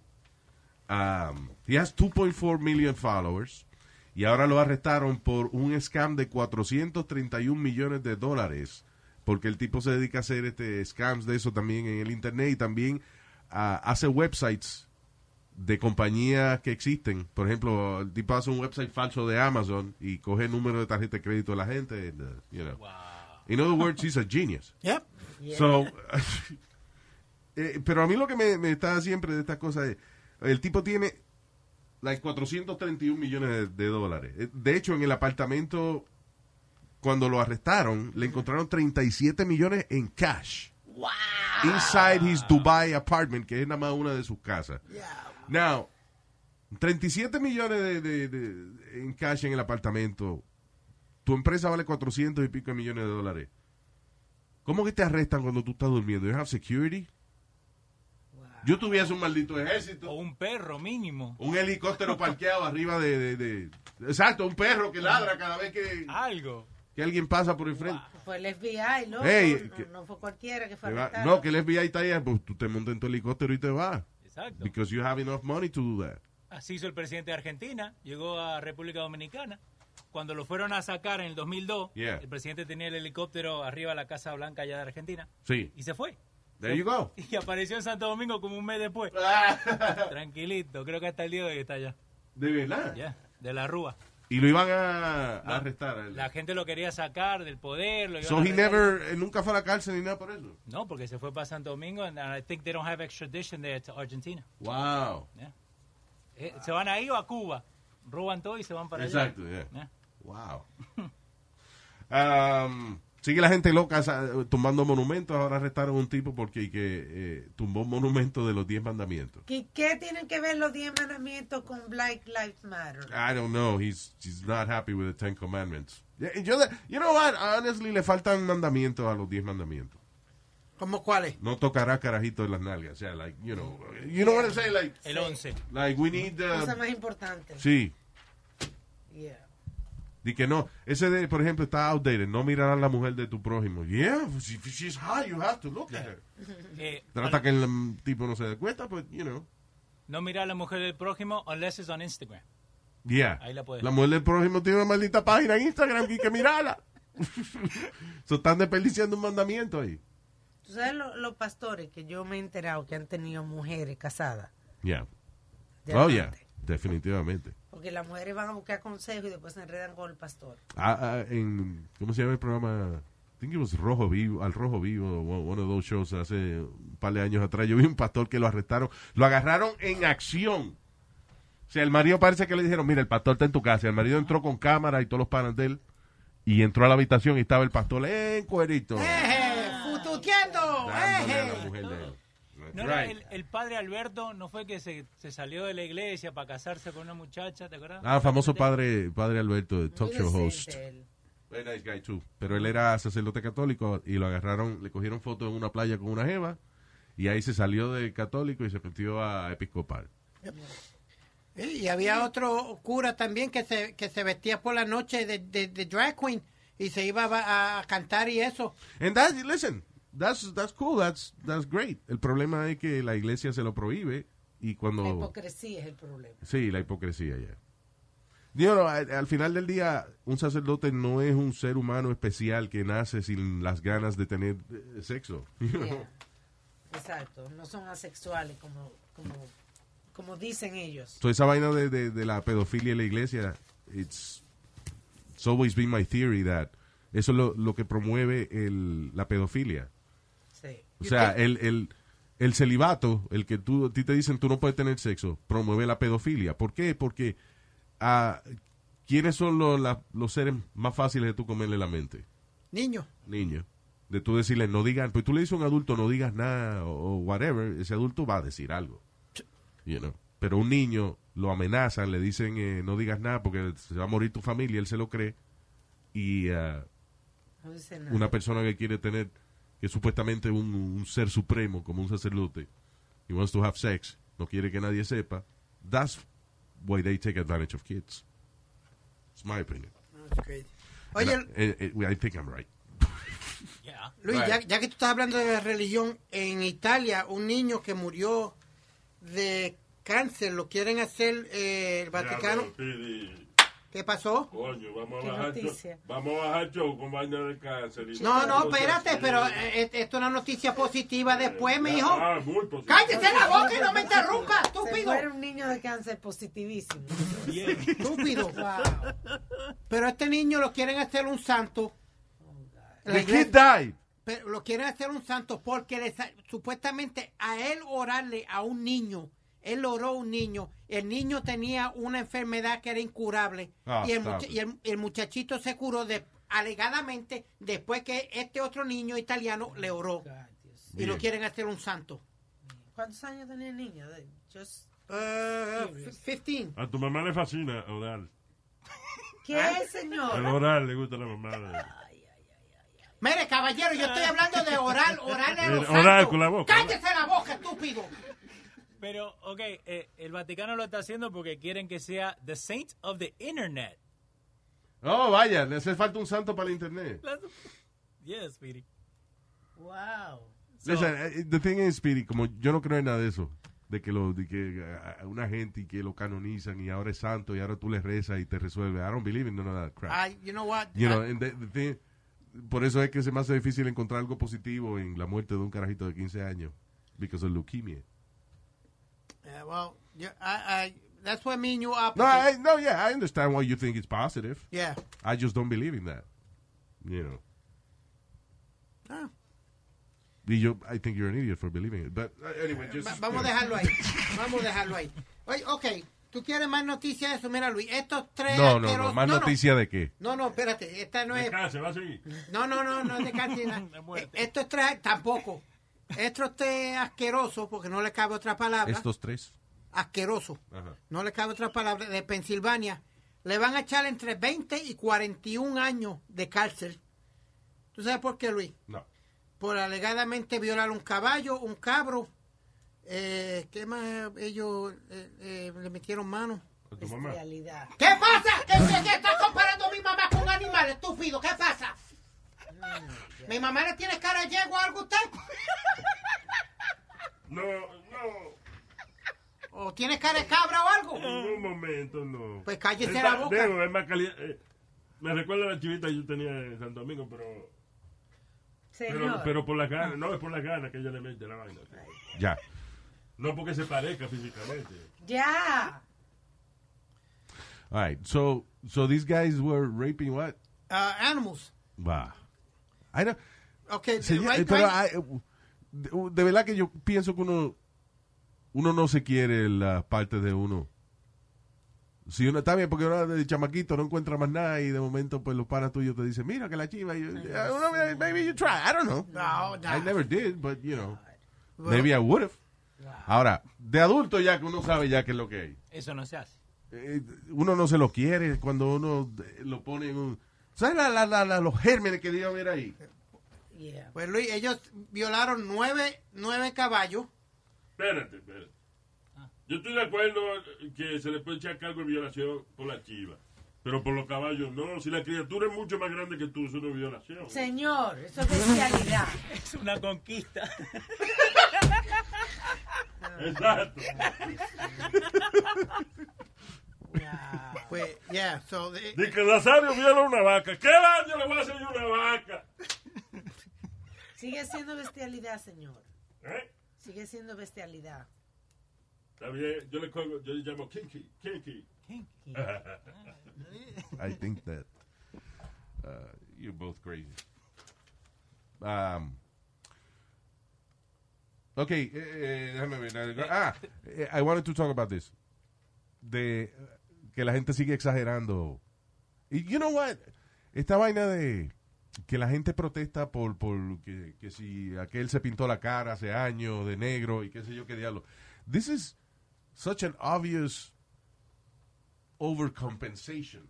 Um, he has 2.4 million followers. Y ahora lo arrestaron por un scam de 431 millones de dólares. Porque el tipo se dedica a hacer este scams de eso también en el internet y también ah, hace websites de compañías que existen. Por ejemplo, el tipo hace un website falso de Amazon y coge el número de tarjeta de crédito de la gente. and, uh, you know. In other words, he's a genius.
Yep.
So, *laughs* eh, pero a mí lo que me, me está siempre de estas cosas es, el tipo tiene like 431 millones de, de dólares. Eh, De hecho, en el apartamento, cuando lo arrestaron, le encontraron 37 millones en cash. Inside his Dubai apartment, que es nada más una de sus casas. Now, 37 millones de, de- de- en cash en el apartamento. Tu empresa vale 400 y pico de millones de dólares. ¿Cómo que te arrestan cuando tú estás durmiendo? You have security? Yo tuviese un maldito
O
ejército,
un perro mínimo.
un helicóptero parqueado arriba de, de- de- Exacto, un perro que ladra cada vez que,
Algo.
que alguien pasa por el frente.
Fue el FBI, loco.
Hey,
no,
que-
no fue cualquiera que fue
Te va-
arrestado.
No, que el FBI está ahí, pues tú te montas en tu helicóptero y te vas.
Exacto.
Because you have enough money to do that.
Así hizo el presidente de Argentina, llegó a República Dominicana. Cuando lo fueron a sacar en el 2002,
Yeah.
el presidente tenía el helicóptero arriba de la Casa Blanca allá de Argentina
Sí.
y se fue.
There you
*laughs*
go.
Y apareció en Santo Domingo como un mes después. Tranquilito, creo que hasta el día de hoy está allá.
De verdad.
Ya, de la Rúa.
Y lo iban a, a arrestar. a él.
La gente lo quería sacar del poder. Lo iban
So
a
he
arrestar.
never, eh, nunca fue a la cárcel ni nada por eso.
No, porque se fue para Santo Domingo and uh, I think they don't have extradition there to Argentina.
Wow.
Yeah. Eh, se van ahí o a Cuba. Roban todo y se van para
Exacto,
allá.
yeah.
Yeah.
Wow. Um, sigue la gente loca sa- tumbando monumentos. Ahora arrestaron un tipo porque que, eh, tumbó un monumento de los 10 mandamientos.
¿Y qué tienen que ver los 10 mandamientos con Black Lives Matter?
I don't know. He's, he's not happy with the Ten Commandments. Yeah, Yo, de- you know what? Honestly, le faltan mandamientos a los 10 mandamientos.
¿Cómo cuáles?
No tocará carajito en las nalgas. O sea, like, you know, you know what I'm saying? Like,
El 11.
like we need... uh,
Cosa más importante.
sí.
Yeah.
Di que no, ese de, por ejemplo, está outdated. No mirarás a la mujer de tu prójimo. Yeah, if she's hot, you have to look at her.
Eh,
Trata que el mm, tipo no se dé cuenta, pues, you know.
No mirar a la mujer del prójimo unless it's on Instagram.
Yeah.
Ahí la puedes.
mujer del prójimo tiene una maldita página en Instagram y hay que mirarla. *laughs* so, están desperdiciando un mandamiento ahí.
¿Tú sabes lo- los pastores que yo me he enterado que han tenido mujeres casadas?
Yeah.
de
Oh,
amante?
yeah. Definitivamente.
Porque las mujeres van a buscar consejos y después se enredan con el pastor.
Ah, ah, en, ¿Cómo se llama el programa? I think it was Rojo Vivo, al Rojo Vivo, one one of those shows hace un par de años atrás. Yo vi un pastor que lo arrestaron, lo agarraron en acción. O sea, el marido parece que le dijeron, mira, el pastor está en tu casa. El marido entró con cámara y todos los panas de él y entró a la habitación y estaba el pastor en cuerito.
Eh,
¡Eje! ¡Fututeando!
dándole a
¡Eje!
la mujer de él.
No era
Right.
el, el padre Alberto, no fue que se, se salió de la iglesia para casarse con una muchacha, ¿te acuerdas?
Ah, famoso padre, padre Alberto, de talk
Muy
show host.
decente él.
Very nice guy too. Pero él era sacerdote católico y lo agarraron, le cogieron fotos en una playa con una jeva y ahí se salió de católico y se metió a episcopal.
Y había otro cura también que se, que se vestía por la noche de, de, de drag queen y se iba a, a cantar y eso.
And that, listen, that's, that's cool, that's, that's great. El problema es que la iglesia se lo prohíbe y
La
cuando...
hipocresía es el
*laughs*
problema.
Sí, la hipocresía ya. Digo, no, al, al final del día, un sacerdote no es un ser humano especial que nace sin las ganas de tener eh, sexo. you know.
Yeah. Exacto. No son asexuales como, como, como dicen ellos.
So, esa vaina de, de- de la pedofilia en la iglesia, it's, it's always been my theory that eso es lo, lo que promueve el- la pedofilia.
Sí.
O sea, el, el, el celibato, el que tú, a ti te dicen tú no puedes tener sexo, promueve la pedofilia. ¿Por qué? Porque ah, ¿Quiénes son los, la- los seres más fáciles de tú comerle la mente?
Niño.
Niño. De tú decirle, no digan, pues tú le dices a un adulto, no digas nada o, o whatever, ese adulto va a decir algo. You know. Pero un niño lo amenazan, le dicen, eh, no digas nada porque se va a morir tu familia, él se lo cree. Y ah,
No dice nada.
una persona que quiere tener, que es supuestamente un, un ser supremo, como un sacerdote, he wants to have sex, no quiere que nadie sepa, that's why they take advantage of kids. It's my opinion.
That's crazy. Oye,
And I, eh, eh, I think I'm right.
Yeah.
Luis,
Right.
ya, ya que tú estás hablando de religión, en Italia un niño que murió de cáncer lo quieren hacer eh, el Vaticano. ¿Qué pasó?
Coño, vamos
Qué
a bajar
noticia.
show- Vamos a bajar show con vaina de cáncer. y-
No, no, espérate, pero eh, eh, esto es una noticia positiva después, Pues, mi hijo.
Ah, muy posible.
Cállese la boca y no me interrumpas,
Se
estúpido.
muere un niño de cáncer positivísimo.
Estúpido.
Wow.
Pero a este niño lo quieren hacer un santo. La
The kid
iglesia-
died.
pero lo quieren hacer un santo porque le sa- supuestamente a él orarle a un niño, él oró a un niño, el niño tenía una enfermedad que era incurable
Ah,
y, el,
stop
mucha-
it.
y el- el muchachito se curó de- alegadamente después que este otro niño italiano le oró
God, Dios.
y lo
Bien.
quieren hacer un santo.
¿Cuántos años tenía el niño? De- just-
Eh, f- 15.
A tu mamá le fascina orar.
¿Qué,
¿Eh? El
señor?
orar le gusta a la mamá.
Mire, caballero, yo estoy hablando de orar, orarle a los
Mira, orar
santos.
con la boca.
Cállese la boca, estúpido.
Pero, ok, eh, el Vaticano lo está haciendo porque quieren que sea the saint of the internet.
Oh, vaya, le hace falta un santo para el internet.
That's- Yes, Speedy.
Wow.
So-
Listen, eh, the thing is, Speedy, como yo no creo en nada de eso, de que, lo, de que eh, una gente y que lo canonizan y ahora es santo y ahora tú le rezas y te resuelve. I don't believe in none of that crap.
Ay, you know what?
Ah. You know, and the- the thing- por eso es que se me hace difícil encontrar algo positivo en la muerte de un carajito de 15 años. Because of leukemia.
Yeah, eh, well, yeah, I, I, that's what me and you are.
No, I, no, yeah, I understand why you think it's positive.
yeah.
I just don't believe in that. You know.
Ah.
Y yo, I think you're an idiot for believing it. But uh, anyway, just.
Eh, Va- vamos a dejarlo ahí. Vamos a dejarlo ahí. Oye, ok, ¿tú quieres más noticias de eso? Mira, Luis, estos tres.
No, no, no.
asquerosos-
Más noticia de qué.
No, no, espérate. Esta no
De
es.
cáncer, va a seguir.
No, no, no, no es de casi
De
nada. Eh,
muerte.
Estos tres. Tampoco. Estos tres asquerosos, porque no le cabe otra palabra.
Estos tres.
Asquerosos.
Ajá.
No le cabe otra palabra. De Pensilvania. Le van a echar entre 20 y 41 años de cárcel. ¿Tú sabes por qué, Luis?
No.
por alegadamente violar un caballo, un cabro. Eh, ¿Qué más ellos eh, eh, le metieron mano?
A tu mamá.
Bestialidad.
¿Qué pasa? ¿Qué, qué, qué estás comparando a mi mamá con un animal, estúpido? ¿Qué pasa? ¿Mi mamá le tiene cara de yegua o algo a usted?
No, no.
¿O tiene cara de cabra o algo?
En un momento, no.
Pues cállese
Es
la
más-
boca.
Digo, es más caliente. eh, me recuerda la chivita que yo tenía en Santo Domingo, pero. Pero,
Señor.
pero por las ganas, no es por las ganas que ella le mete la vaina.
Ya.
No porque se parezca físicamente.
Ya.
All right. So, so these guys were raping what?
Ah, animals.
Bah. I don't.
Ok,
Señor,
right,
eh, pero
right.
hay- de, de verdad que yo pienso que uno uno no se quiere las partes de uno. Si uno está bien, porque uno de chamaquito no encuentra más nada y de momento pues los panas tuyos te dicen, mira que la chiva, y yo, I don't know, maybe you try, I don't know.
No, no.
I never did, but you know, maybe I would have. Ahora, de adulto ya que uno sabe ya qué es lo que hay.
Eso no se hace.
Eh, uno no se lo quiere cuando uno eh, lo pone en un... ¿Sabes la- la- la- la- los gérmenes que debía haber ahí?
Yeah.
Pues Luis, ellos violaron nueve, nueve caballos.
Espérate, espérate. Yo estoy de acuerdo que se le puede echar cargo de violación por la chiva. Pero por los caballos no. Si la criatura es mucho más grande que tú, es una violación.
Señor, eso es bestialidad.
Es una conquista.
Exacto.
Pues, yeah, so... they-
Dice que Nazario viola una vaca. ¿Qué daño le voy a hacer yo a una vaca?
Sigue siendo bestialidad, señor.
¿Eh?
Sigue siendo bestialidad.
Está bien, yo le, cojo- yo le llamo Kinky, Kinky.
I think that uh, you're both crazy. Um, okay, eh, eh, déjame ver. eh, Ah, uh, eh, I wanted to talk about this. De eh, que la gente sigue exagerando Y You know what? Esta vaina de que la gente protesta por, por que, que si aquel se pintó la cara hace años de negro y qué sé yo qué diablo. This is such an obvious overcompensation.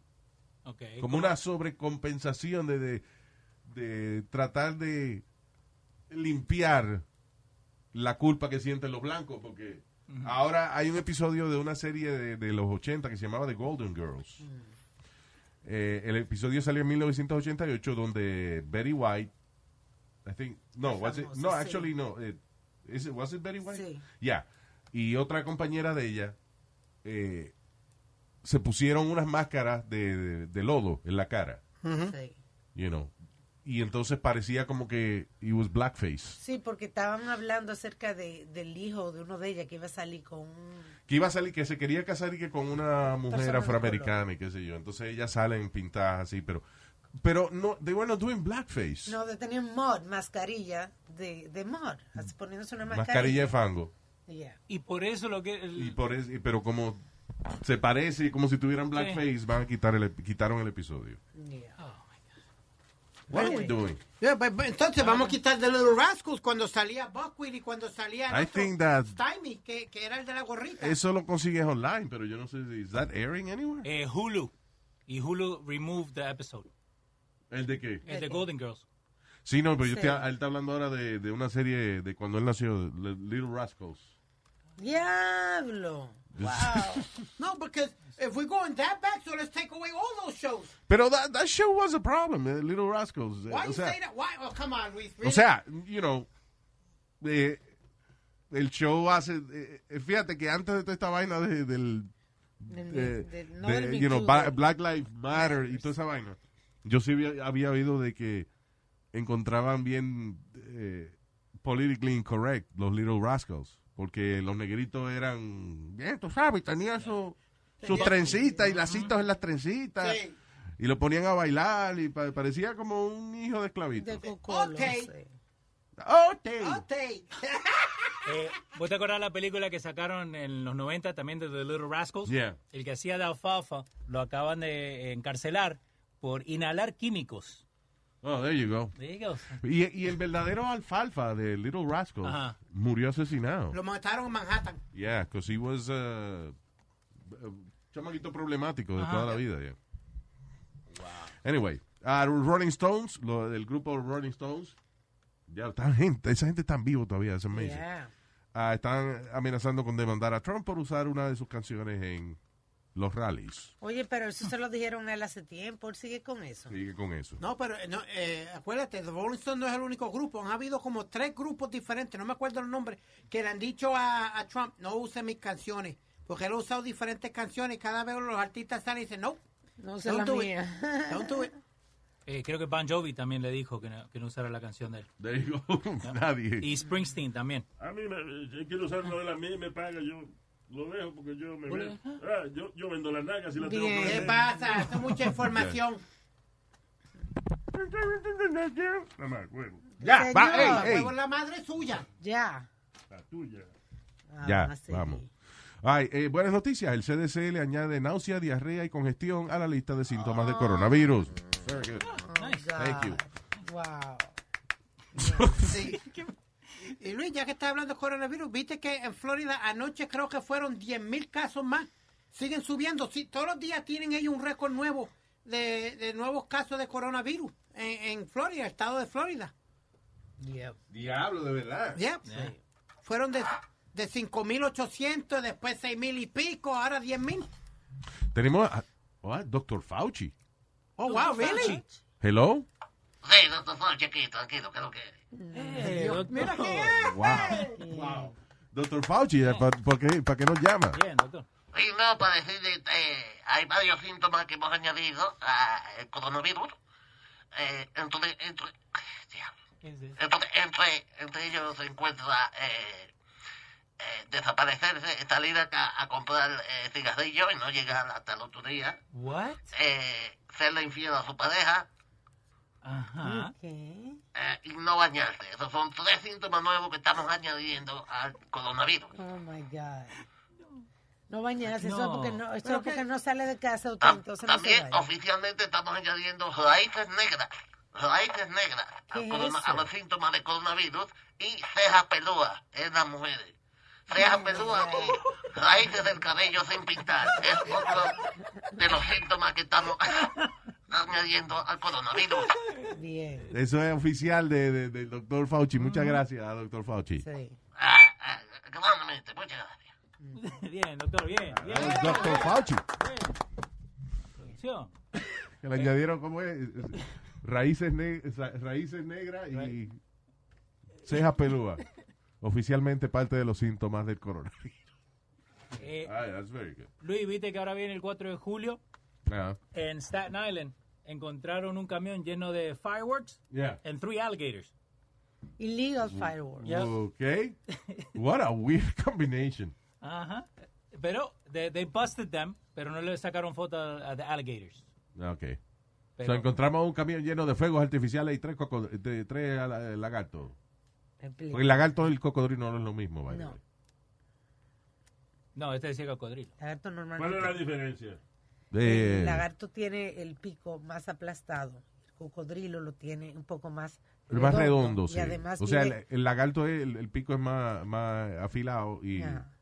Ok.
Como una sobrecompensación de, de, de tratar de limpiar la culpa que sienten los blancos, porque ahora hay un episodio de una serie de, de los 80 que se llamaba The Golden Girls.
Mm.
Eh, el episodio salió en 1988 donde Betty White, I think, no,
La
was it-
famosa,
no,
sí.
actually no, eh, is it- was it Betty White?
Sí.
Yeah. Y otra compañera de ella eh, se pusieron unas máscaras de, de- de lodo en la cara,
Sí.
you know. Y entonces parecía como que it was blackface.
Sí, porque estaban hablando acerca de, del hijo de uno de ellas que iba a salir con un...
Que iba a salir, que se quería casar y que con una mujer
Persona de
afroamericana y qué sé yo. Entonces ellas salen pintadas así, pero... Pero no, they were not doing blackface.
No, de tener mod, mascarilla de, de mod, así poniéndose una
mascarilla
mascarilla.
de fango.
Yeah.
Y por eso lo que... el-
Y por es- y- pero como se parece y como si tuvieran blackface, van a quitar el, ep- quitaron el episodio.
yeah.
What are we doing?
Yeah, but- but entonces vamos a quitar de Little Rascals cuando salía Buckwheat y cuando salía el
I
otro,
think that-
Stymie, que, que era el de la gorrita.
Eso lo consigues online, pero yo no sé si is that airing anywhere.
eh, Hulu. Y Hulu removed the episode.
¿El de qué?
Es de Golden Girls.
Sí, no, pero yo
Sí.
estoy- él está hablando ahora de, de una serie de cuando él nació, de Little Rascals.
Diablo. Wow.
No, because if we're going that back, so let's take away all those shows.
*laughs* Pero that, that show was a problem, eh, Little Rascals. eh,
Why
o
you
sea,
say that? Why? Oh, come on, Luis.
O
really?
sea, you know, eh, el show hace, eh, eh, fíjate que antes de toda esta vaina de- del,
Del-
de-
del- no
de,
del Me
you know,
Too,
Ba-
del-
Black Lives Matter y toda esa vaina, yo sí había, había oído de que encontraban bien eh, politically incorrect los Little Rascals, porque los negritos eran, bien, tú sabes, tenían su- sus trencitas y lacitos en las trencitas.
Sí.
Y lo ponían a bailar y pa- parecía como un hijo de esclavito.
De cocolo,
Ok.
sí.
¡Ote!
I'll take.
Eh, ¿Vos te acordás la película que sacaron en los 90 también de The Little Rascals?
Yeah.
El que hacía de alfalfa lo acaban de encarcelar por inhalar químicos.
Oh, there you go.
There you go.
Y, y el verdadero alfalfa de Little Rascals
Ajá.
murió asesinado.
Lo mataron en Manhattan.
Yeah, because he was uh, un chamaquito problemático de toda la vida. yeah. Anyway, ah, Rolling Stones, lo del grupo Rolling Stones, ya está gente, esa gente está en vivo todavía, eso es amazing.
Yeah.
Ah, están amenazando con demandar a Trump por usar una de sus canciones en los rallies.
Oye, pero eso se lo dijeron a él hace tiempo, él sigue con eso.
Sigue con eso.
No, pero eh, no, eh, acuérdate, The Rolling Stones no es el único grupo. Han habido como tres grupos diferentes, no me acuerdo los nombres, que le han dicho a, a Trump, no use mis canciones. Porque él ha usado diferentes canciones y cada vez los artistas salen y dicen, no,
No sé
don't
la
do
mía.
it. Don't do it.
Eh, creo que Bon Jovi también le dijo que no, que no usara la canción de él.
There you go. *laughs* Nadie.
Y Springsteen también.
A mí, me, si quiero usar novela, a mí me paga, yo lo dejo porque yo me vendo. Ah, yo, yo vendo las nalgas y las tengo
Bien.
que
¿Qué
vender.
pasa? Esto es mucha información.
No me acuerdo.
Ya, va,
Señor,
ey, ey.
Luego la madre suya.
Ya.
La tuya.
Ya,
Ah, sí.
vamos. Ay, eh, buenas noticias. El CDC le añade náusea, diarrea y congestión a la lista de síntomas
Ah.
de coronavirus. Very good.
Nice.
Thank you.
Oh, Wow.
*laughs* Sí. Y Luis, ya que estás hablando de coronavirus, viste que en Florida anoche creo que fueron 10.000 mil casos más. Siguen subiendo. Sí, todos los días tienen ellos un récord nuevo de, de nuevos casos de coronavirus en, en Florida, el estado de Florida.
Yep.
Diablo, de verdad.
Yep. Fueron de, de 5.800, después 6.000 y pico, ahora 10.000.
Tenemos a what? Dr. Fauci.
Oh, wow, really?
Hello.
Sí, doctor Ford, chiquito, tranquilo, que lo que
Eh,
Mira que
Wow. Dr. Fauci, ¿para qué, pa qué nos llama?
Bien, doctor.
Y no, para decirle, eh, hay varios síntomas que hemos añadido al coronavirus. Eh, entonces, entre, ay, diablo. eh, pues, entonces entre, entre ellos se encuentra eh, eh, desaparecerse, salir a, ca- a comprar eh, cigarrillos y no llegar hasta el otro día,
What?
eh, serle infiel a su pareja
*laughs* Ajá.
¿Qué?
eh, y no bañarse. Esos son tres síntomas nuevos que estamos añadiendo al coronavirus.
Oh my God. Oh, No bañarse, eso
No.
es porque no, eso
Pero
es porque
que-
no sale de casa usted,
Tam-
entonces no se
Ah, También
baña.
oficialmente estamos añadiendo raíces negras, raíces negras
¿Qué
al
es
corona-
eso?
a los síntomas de coronavirus y cejas pelúas en las mujeres. Cejas pelúas y raíces del cabello sin pintar. Es otro de los síntomas que estamos *laughs* añadiendo al coronavirus.
Bien,
Eso es oficial de, de- del doctor Fauci. Muchas gracias, doctor Fauci.
sí.
Ah, ah, grandemente, muchas gracias.
Bien, doctor, bien. bien.
Doctor Fauci.
Sí, oh.
Que le añadieron, ¿cómo es? Raíces, ne- ra- raíces negras y cejas pelúas. Oficialmente parte de los síntomas del coronavirus.
Eh,
Ah, that's very good.
Luis, viste que ahora viene el 4 de julio
Ah,
en Staten Island. Encontraron un camión lleno de fireworks
yeah.
and three alligators.
Illegal fireworks. *laughs*
Yeah.
Okay. What a weird combination.
Ajá. Pero they, they busted them, pero no le sacaron foto a, a the alligators.
Okay. O
Pero,
sea, encontramos un camión lleno de fuegos artificiales y tres, coco- de- tres ala- lagartos.
Explica.
Porque el lagarto y el cocodrilo no es lo mismo, by the
No.
way.
no, este decía cocodrilo.
Lagarto
¿Cuál es la
normalmente.
diferencia?
De-
El lagarto tiene el pico más aplastado. El cocodrilo lo tiene un poco más
El más redondo,
y
sí.
además
o sea,
vive-
el, el lagarto, es- el, el pico es más, más afilado y...
Ajá. Y-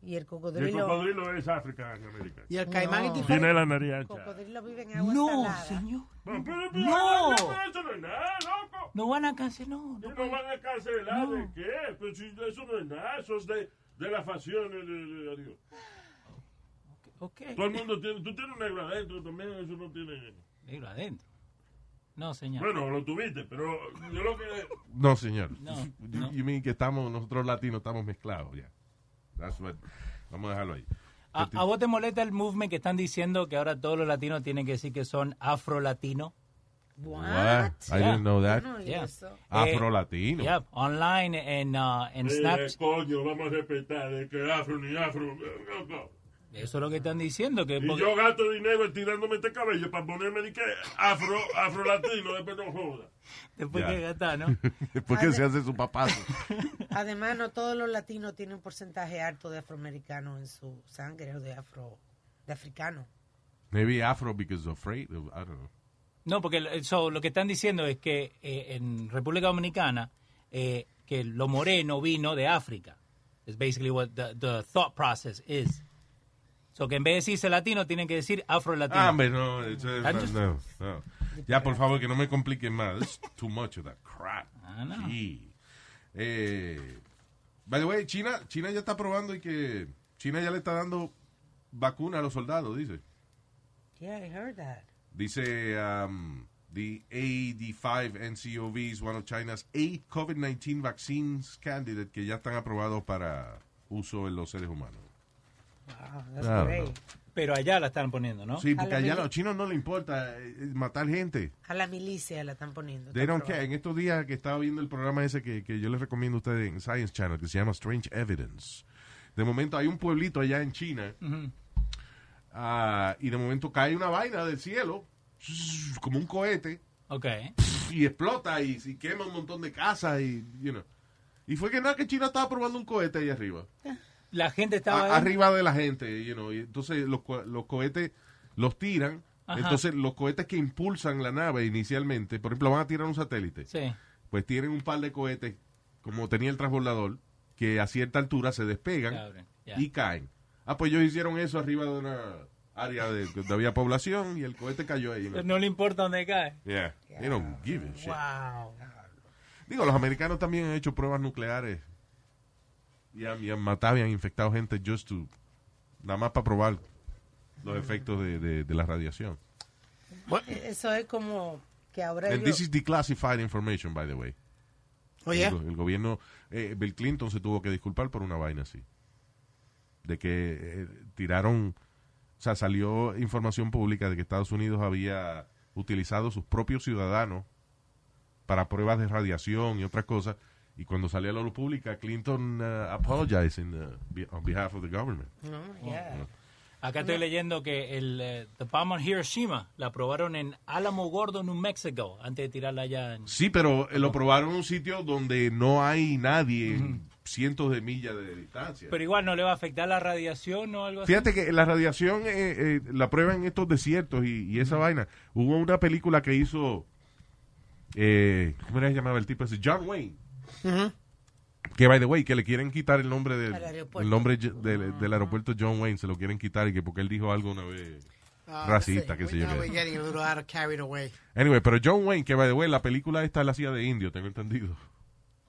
y el
Y el
cocodrilo,
cocodrilo es África en América.
Y el caimán
No.
es diferente.
Tiene la nariz
el
ancha.
cocodrilo vive en agua salada.
No, pero, pero,
No.
eso no es nada, loco.
No van a cancelar, no.
¿Y
no
no
puede-
van a cancelar de
No.
qué? Pues si eso no es nada, eso es de, de las facciones de, de- de adiós.
Ok.
Todo el mundo tiene, tú tienes un negro adentro también, eso no tiene...
Negro adentro. No, señor.
Bueno, lo tuviste, pero yo
*laughs*
lo que... eh,
No, señor.
No,
You-
no.
you mean que estamos, nosotros latinos estamos mezclados ya. That's what- Vamos a dejarlo ahí.
¿A, a vos te molesta el movement que están diciendo que ahora todos los latinos tienen que decir que son afro-latino?
What?
I didn't know that.
No, y
Yeah.
eso.
Eh, Afro-latino.
Yep, online en, uh, en
Eh,
Snapchat.
coño, vamos a respetar, de que afro ni afro. eh, loco.
Eso es lo que están diciendo. Que
Y
porque-
yo gasto dinero estirándome este cabello para ponerme de que afro, afro latino, después no joda.
Después
Ya.
que gata, ¿no?
*laughs* Después que se hace su papazo.
Además, no todos los latinos tienen un porcentaje alto de afroamericanos en su sangre o de afro de africano.
Maybe afro because afraid. of- I don't know.
*laughs* No, porque lo- so, lo que están diciendo es que eh, en República Dominicana eh, que lo moreno vino de África. Es basically what the, the thought process is. So que en vez de decirse latino tienen que decir afro-latino.
Ah, hombre, no, eso es-
Tantos-
no, no. Ya, por favor, que no me compliquen más. It's too much of that crap.
Ah, no.
Sí. Eh, by the way, China, China ya está probando y que China ya le está dando vacuna a los soldados, dice.
Yeah, I heard that.
Dice, um, the AD5 NCOV is one of China's eight COVID-19 vaccines candidates que ya están aprobados para uso en los seres humanos.
Wow, Oh, that's
Ah,
great.
bueno.
Pero allá la están poniendo, ¿no?
Sí, porque
A la
allá a
mili-
los chinos no les importa eh, matar gente.
A la milicia la están poniendo.
They
están
don't care. En estos días que estaba viendo el programa ese que, que yo les recomiendo a ustedes en Science Channel, que se llama Strange Evidence. De momento hay un pueblito allá en China ah, y de momento cae una vaina del cielo, como un cohete,
Ok.
y explota y, y quema un montón de casas y, you know. Y fue que nada, que China estaba probando un cohete ahí arriba.
La gente
A-
estaba... ahí.
arriba de la gente, you know, y entonces los, co- los cohetes los tiran.
Ajá.
Entonces los cohetes que impulsan la nave inicialmente, por ejemplo, van a tirar un satélite
Sí.
pues tienen un par de cohetes, como tenía el transbordador, que a cierta altura se despegan
Se abren, ya.
y caen. Ah, pues ellos hicieron eso arriba de una área de, donde había población y el cohete cayó ahí.
*laughs*
¿no?
No le importa dónde cae.
Yeah. They don't give a shit.
Wow.
Digo, los americanos también han hecho pruebas nucleares y han, y han matado y han infectado gente just to, nada más para probar los efectos de, de- de la radiación.
Eso es como que ahora
And
ellos-
this is declassified information, by the way.
Oye,
El, go- el gobierno, eh, Bill Clinton se tuvo que disculpar por una vaina así. De que eh, tiraron, o sea, salió información pública de que Estados Unidos había utilizado sus propios ciudadanos para pruebas de radiación y otras cosas. Y cuando salió a la luz pública, Clinton uh, apologized in, uh, be- on behalf of the government.
No,
Oh,
yeah.
Acá estoy leyendo que el eh, The Bomb on Hiroshima la probaron en Álamo Gordo, New Mexico, antes de tirarla allá en...
Sí, pero eh, lo probaron en un sitio donde no hay nadie cientos de millas de distancia.
Pero igual no le va a afectar la radiación o algo así.
Fíjate que la radiación eh, eh, la prueba en estos desiertos y, y esa vaina. Hubo una película que hizo, eh, ¿cómo era que se llamaba el tipo ese? John Wayne. Que, by the way, que le quieren quitar el nombre, del,
Al aeropuerto.
el nombre ye- del, del aeropuerto John Wayne, se lo quieren quitar y que porque él dijo algo una vez
Ah,
racista, qué sé yo
Now
qué.
we're getting a little out of carried away.
Anyway, pero John Wayne, que by the way, la película esta la hacía de indio, tengo entendido.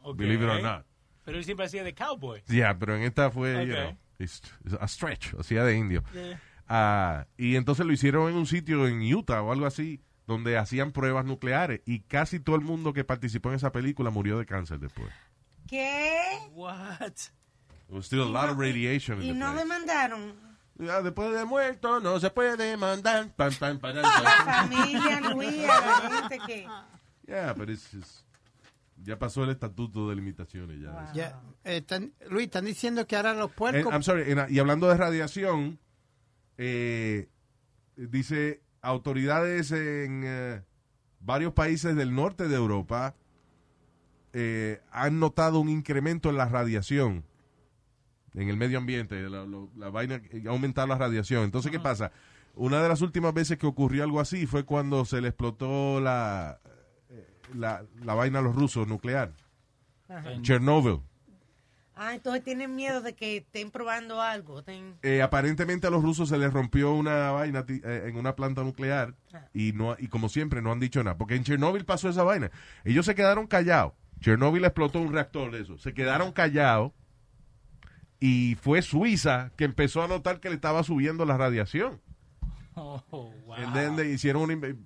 Ok.
Believe it or not.
Pero él siempre hacía de cowboy.
Yeah, pero en esta fue, you
Ok.
know, it's, it's a stretch, hacía de indio. Ah, y entonces lo hicieron en un sitio en Utah o algo así, donde hacían pruebas nucleares y casi todo el mundo que participó en esa película murió de cáncer después.
¿Qué?
What?
There was still a lot of radiation in
Y
the
no
place.
demandaron.
Ya después de muerto no se puede mandar. Pam, pam, pam, pam.
*laughs* Familia Luis, a la gente que.
Yeah, but it's, it's- ya pasó el estatuto de limitaciones. Ya.
Ya, eh, están- Luis, están diciendo que ahora los
And-
puercos.
I'm sorry, and, uh, y hablando de radiación, eh, dice autoridades en eh, varios países del norte de Europa eh, han notado un incremento en la radiación en el medio ambiente, la, lo- la vaina eh, ha aumentado la radiación. Entonces, ¿qué pasa? Una de las últimas veces que ocurrió algo así fue cuando se le explotó la, eh, la, la vaina a los rusos nuclear, en Chernobyl.
Ah, entonces tienen miedo de que estén probando algo. estén-
Eh, aparentemente a los rusos se les rompió una vaina ti- eh, en una planta nuclear
Ah.
y no y como siempre no han dicho nada porque en Chernóbil pasó esa vaina ellos se quedaron callados Chernóbil explotó un reactor de eso se quedaron callados y fue Suiza que empezó a notar que le estaba subiendo la radiación
Oh, wow.
And then they hicieron una, inve-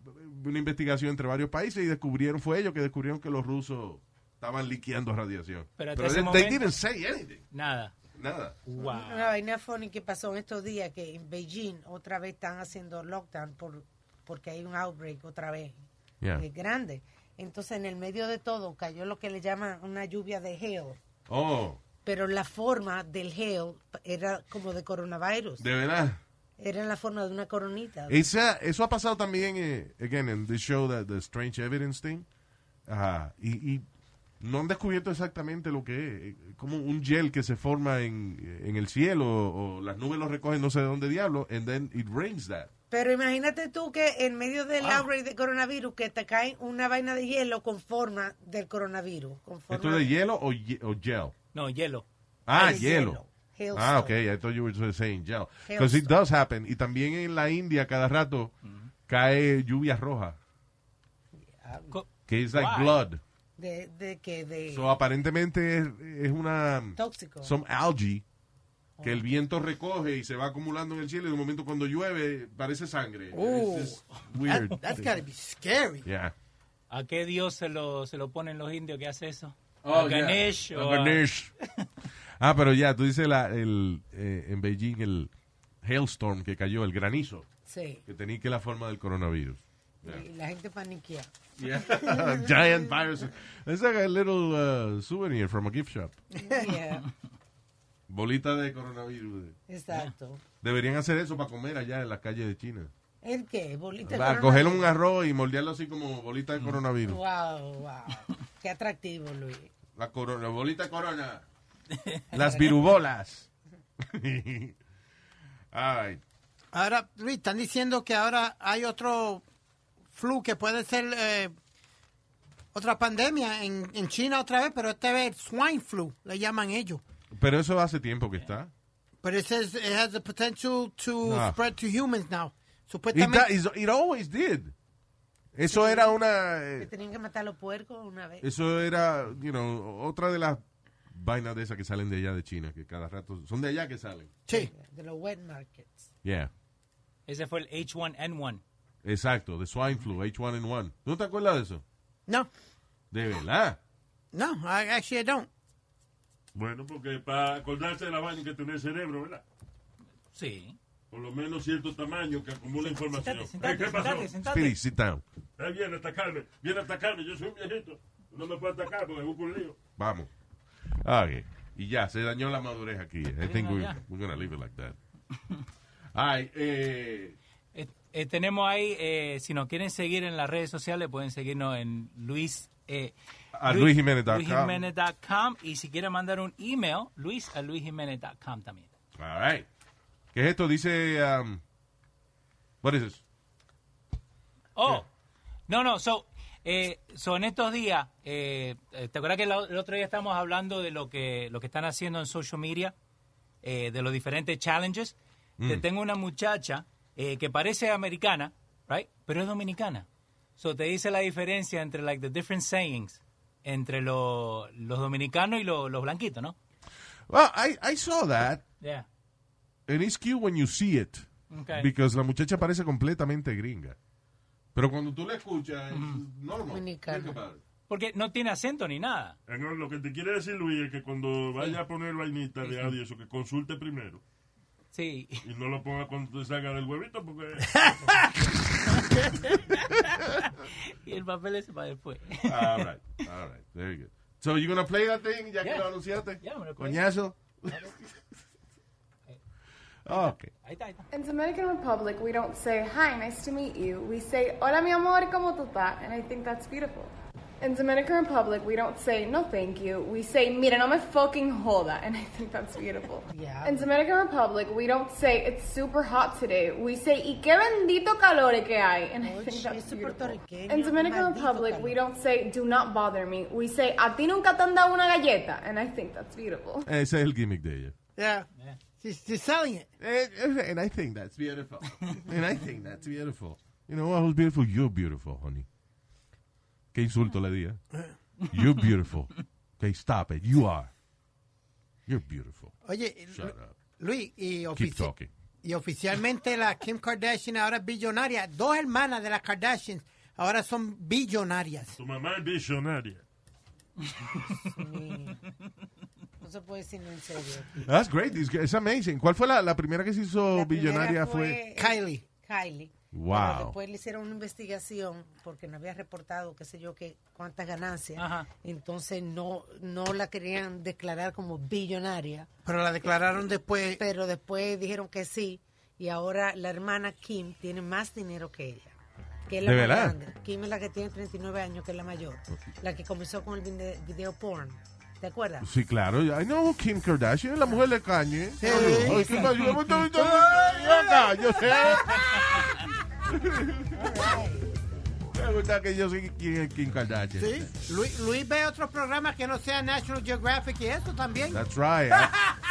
una investigación entre varios países y descubrieron fue ellos que descubrieron que los rusos estaban liqueando radiación
Pero
pero,
hasta ese
they, they
momento-
didn't say anything
Nada.
nada
Wow.
Una vaina funny que pasó en estos días que en Beijing otra vez están haciendo lockdown por, porque hay un outbreak otra vez
Yeah.
eh, grande. Entonces en el medio de todo cayó lo que le llaman una lluvia de gel,
oh
pero la forma del gel era como de coronavirus,
de verdad
era la forma de una coronita.
Esa- eso ha pasado también, eh, again, en the show, that, the Strange Evidence thing. Ajá, y, y no han descubierto exactamente lo que es. eh, Como un gel que se forma en, en el cielo o, o las nubes lo recogen no sé de dónde diablo, and then it rains that.
Pero imagínate tú que en medio del
Ah.
outbreak de coronavirus que te cae una vaina de hielo con forma del coronavirus. Con forma
¿Esto de hielo o, ye- o gel?
No, hielo.
Ah,
de
hielo.
hielo.
Ah, ok,
Hailstone.
I thought you were just saying gel. Because it
Hailstone.
does happen. Y también en la India cada rato cae lluvia roja,
Co-
que es like
Why?
blood.
De, de que de
So, aparentemente es, es una...
tóxico.
son algae que el viento recoge y se va acumulando en el cielo y de momento cuando llueve parece sangre.
Oh.
It's just weird.
That's gotta be scary.
Yeah.
¿A qué dios se lo, se lo ponen los indios que hace eso?
Oh,
¿A Ganesh?
yeah.
o
A
a-
Ganesh. ah, pero ya, tú dices la, el, eh, en Beijing el hailstorm que cayó, el granizo,
Sí.
que tenía que la forma del coronavirus.
Y la gente paniquea.
Yeah. *laughs* Giant virus. It's like a little uh, souvenir from a gift shop.
Yeah,
Bolita de coronavirus.
exacto.
Deberían hacer eso para comer allá en las calles de China.
¿El qué? Bolita de
Va, coger un arroz y moldearlo así como bolita
Mm.
de coronavirus.
Wow, wow. Qué atractivo, Luis.
La, corona, la bolita
*laughs*
de corona. Las virubolas. *laughs* Ay,
Ahora, Luis, están diciendo que ahora hay otro flu que puede ser eh, otra pandemia en, en China otra vez, pero esta vez swine flu, le llaman ellos.
pero eso hace tiempo que está.
But it says it has the potential to
Ah.
spread to humans now.
It, da-
Supuestamente.
is- it always did. Eso era una...
Que
eh,
tenían que matar los puercos una vez.
Eso era, you know, otra de las vainas de esas que salen de allá de China, que cada rato... Son de allá que salen.
Sí.
De los wet markets.
Yeah.
Ese fue el H1N1.
Exacto, de swine flu, H1N1. ¿No te acuerdas de eso?
No,
De verdad.
no, I, actually I don't.
Bueno, porque para acordarse de la vaina hay que tener cerebro, ¿verdad?
Sí.
Por lo menos cierto tamaño que acumula información.
Sentate, sentate,
Eh, ¿Qué pasó?
sentate, sentate.
Speedy, sit down.
Eh, viene a atacarme, viene a atacarme. Yo soy un viejito. No me puede atacar porque busco un lío.
Vamos. Ok. Y ya, se dañó la madurez aquí. I think we,
ya.
we're gonna leave it like that. *laughs* Ay, eh,
Eh, eh, tenemos ahí, eh, si nos quieren seguir en las redes sociales, pueden seguirnos en Luis. eh,
A luisjimenez.com.
luisjimenez.com. Y si quiere mandar un email, luis a luisjimenez.com también.
All right. ¿Qué es esto? Dice. Um, what is this?
Oh, no, no, so, eh, so en estos días, eh, eh, ¿te acuerdas que la- el otro día estábamos hablando de lo que, lo que están haciendo en social media, eh, de los diferentes challenges? Te tengo una muchacha eh, que parece americana, right? Pero es dominicana. So te dice la diferencia entre, like, the different sayings entre lo- los dominicanos y lo- los blanquitos, ¿no?
Well, I, I saw that.
Yeah.
And it's cute when you see it.
Okay.
Because la muchacha parece completamente gringa. Pero cuando tú la escuchas, es normal.
Dominicana.
Think about it.
Porque no tiene acento ni nada.
Bueno, Lo que te quiere decir, Luis, es que cuando vaya a poner vainita de audio, eso que consulte primero.
Sí. *laughs*
Y no lo ponga cuando te salga del huevito, *laughs* porque.
y el papel ese para después.
All right. All right. Very good. So you gonna play that thing ya que
Yeah.
lo anunciaste?
Yeah, I'm gonna play it.
*laughs* Coñazo. okay.
*laughs* Ahí está, ahí está.
In Dominican Republic, we don't say, hi, nice to meet you. We say, hola, mi amor, ¿cómo tú estás? And I think that's beautiful. In Dominican Republic, we don't say, no, thank you. We say, mira, no me fucking joda. And I think that's beautiful.
*laughs* Yeah.
In Dominican Republic, we don't say, it's super hot today. We say, y qué bendito calor que hay. And I
Oye,
think that's
ese
beautiful.
Oh, puertorriqueño,
In Dominican
maldito
Republic, we
calor.
don't say, do not bother me. We say, a ti nunca te han dado una galleta. And I think that's beautiful.
Ese es el gimmick de ella.
Yeah. She's, she's selling it.
And I think that's *laughs* beautiful. And I think that's beautiful. You know what? Who's beautiful? You're beautiful, honey. Qué insulto le di, *laughs* eh? You're beautiful. Okay, stop it. You are. You're beautiful.
Oye,
Shut up.
Luis, y,
Keep
ofici-
talking.
y oficialmente la Kim Kardashian ahora es billonaria. Dos hermanas de las Kardashians ahora son billonarias.
Tu mamá es visionaria.
No se puede decir en serio.
That's great. It's, it's amazing. ¿Cuál fue la, la primera que se hizo
La primera
billonaria? Fue...
Kylie.
Kylie.
Wow.
Pero después le hicieron una investigación porque no había reportado, qué sé yo, que cuántas ganancias.
Ajá.
Entonces no, no la querían declarar como billonaria,
Pero la declararon después.
pero después dijeron que sí. Y ahora la hermana Kim tiene más dinero que ella. Que es la
¿De
más
verdad?
grande. Kim es la que tiene 39 años, que es la mayor. La que comenzó con el vide- video porn. ¿Te acuerdas?
Sí, claro. I know Kim Kardashian, la mujer de Kanye. Ay, Kim Kardashian, yo- yo- yo- yo sé. ¿eh? Me gusta que yo sé quién es Kim Kardashian.
Sí. Luis, Luis ve otros programas que no sean National Geographic y eso también.
eh. That's right. I-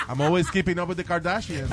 I'm always keeping up with the Kardashians.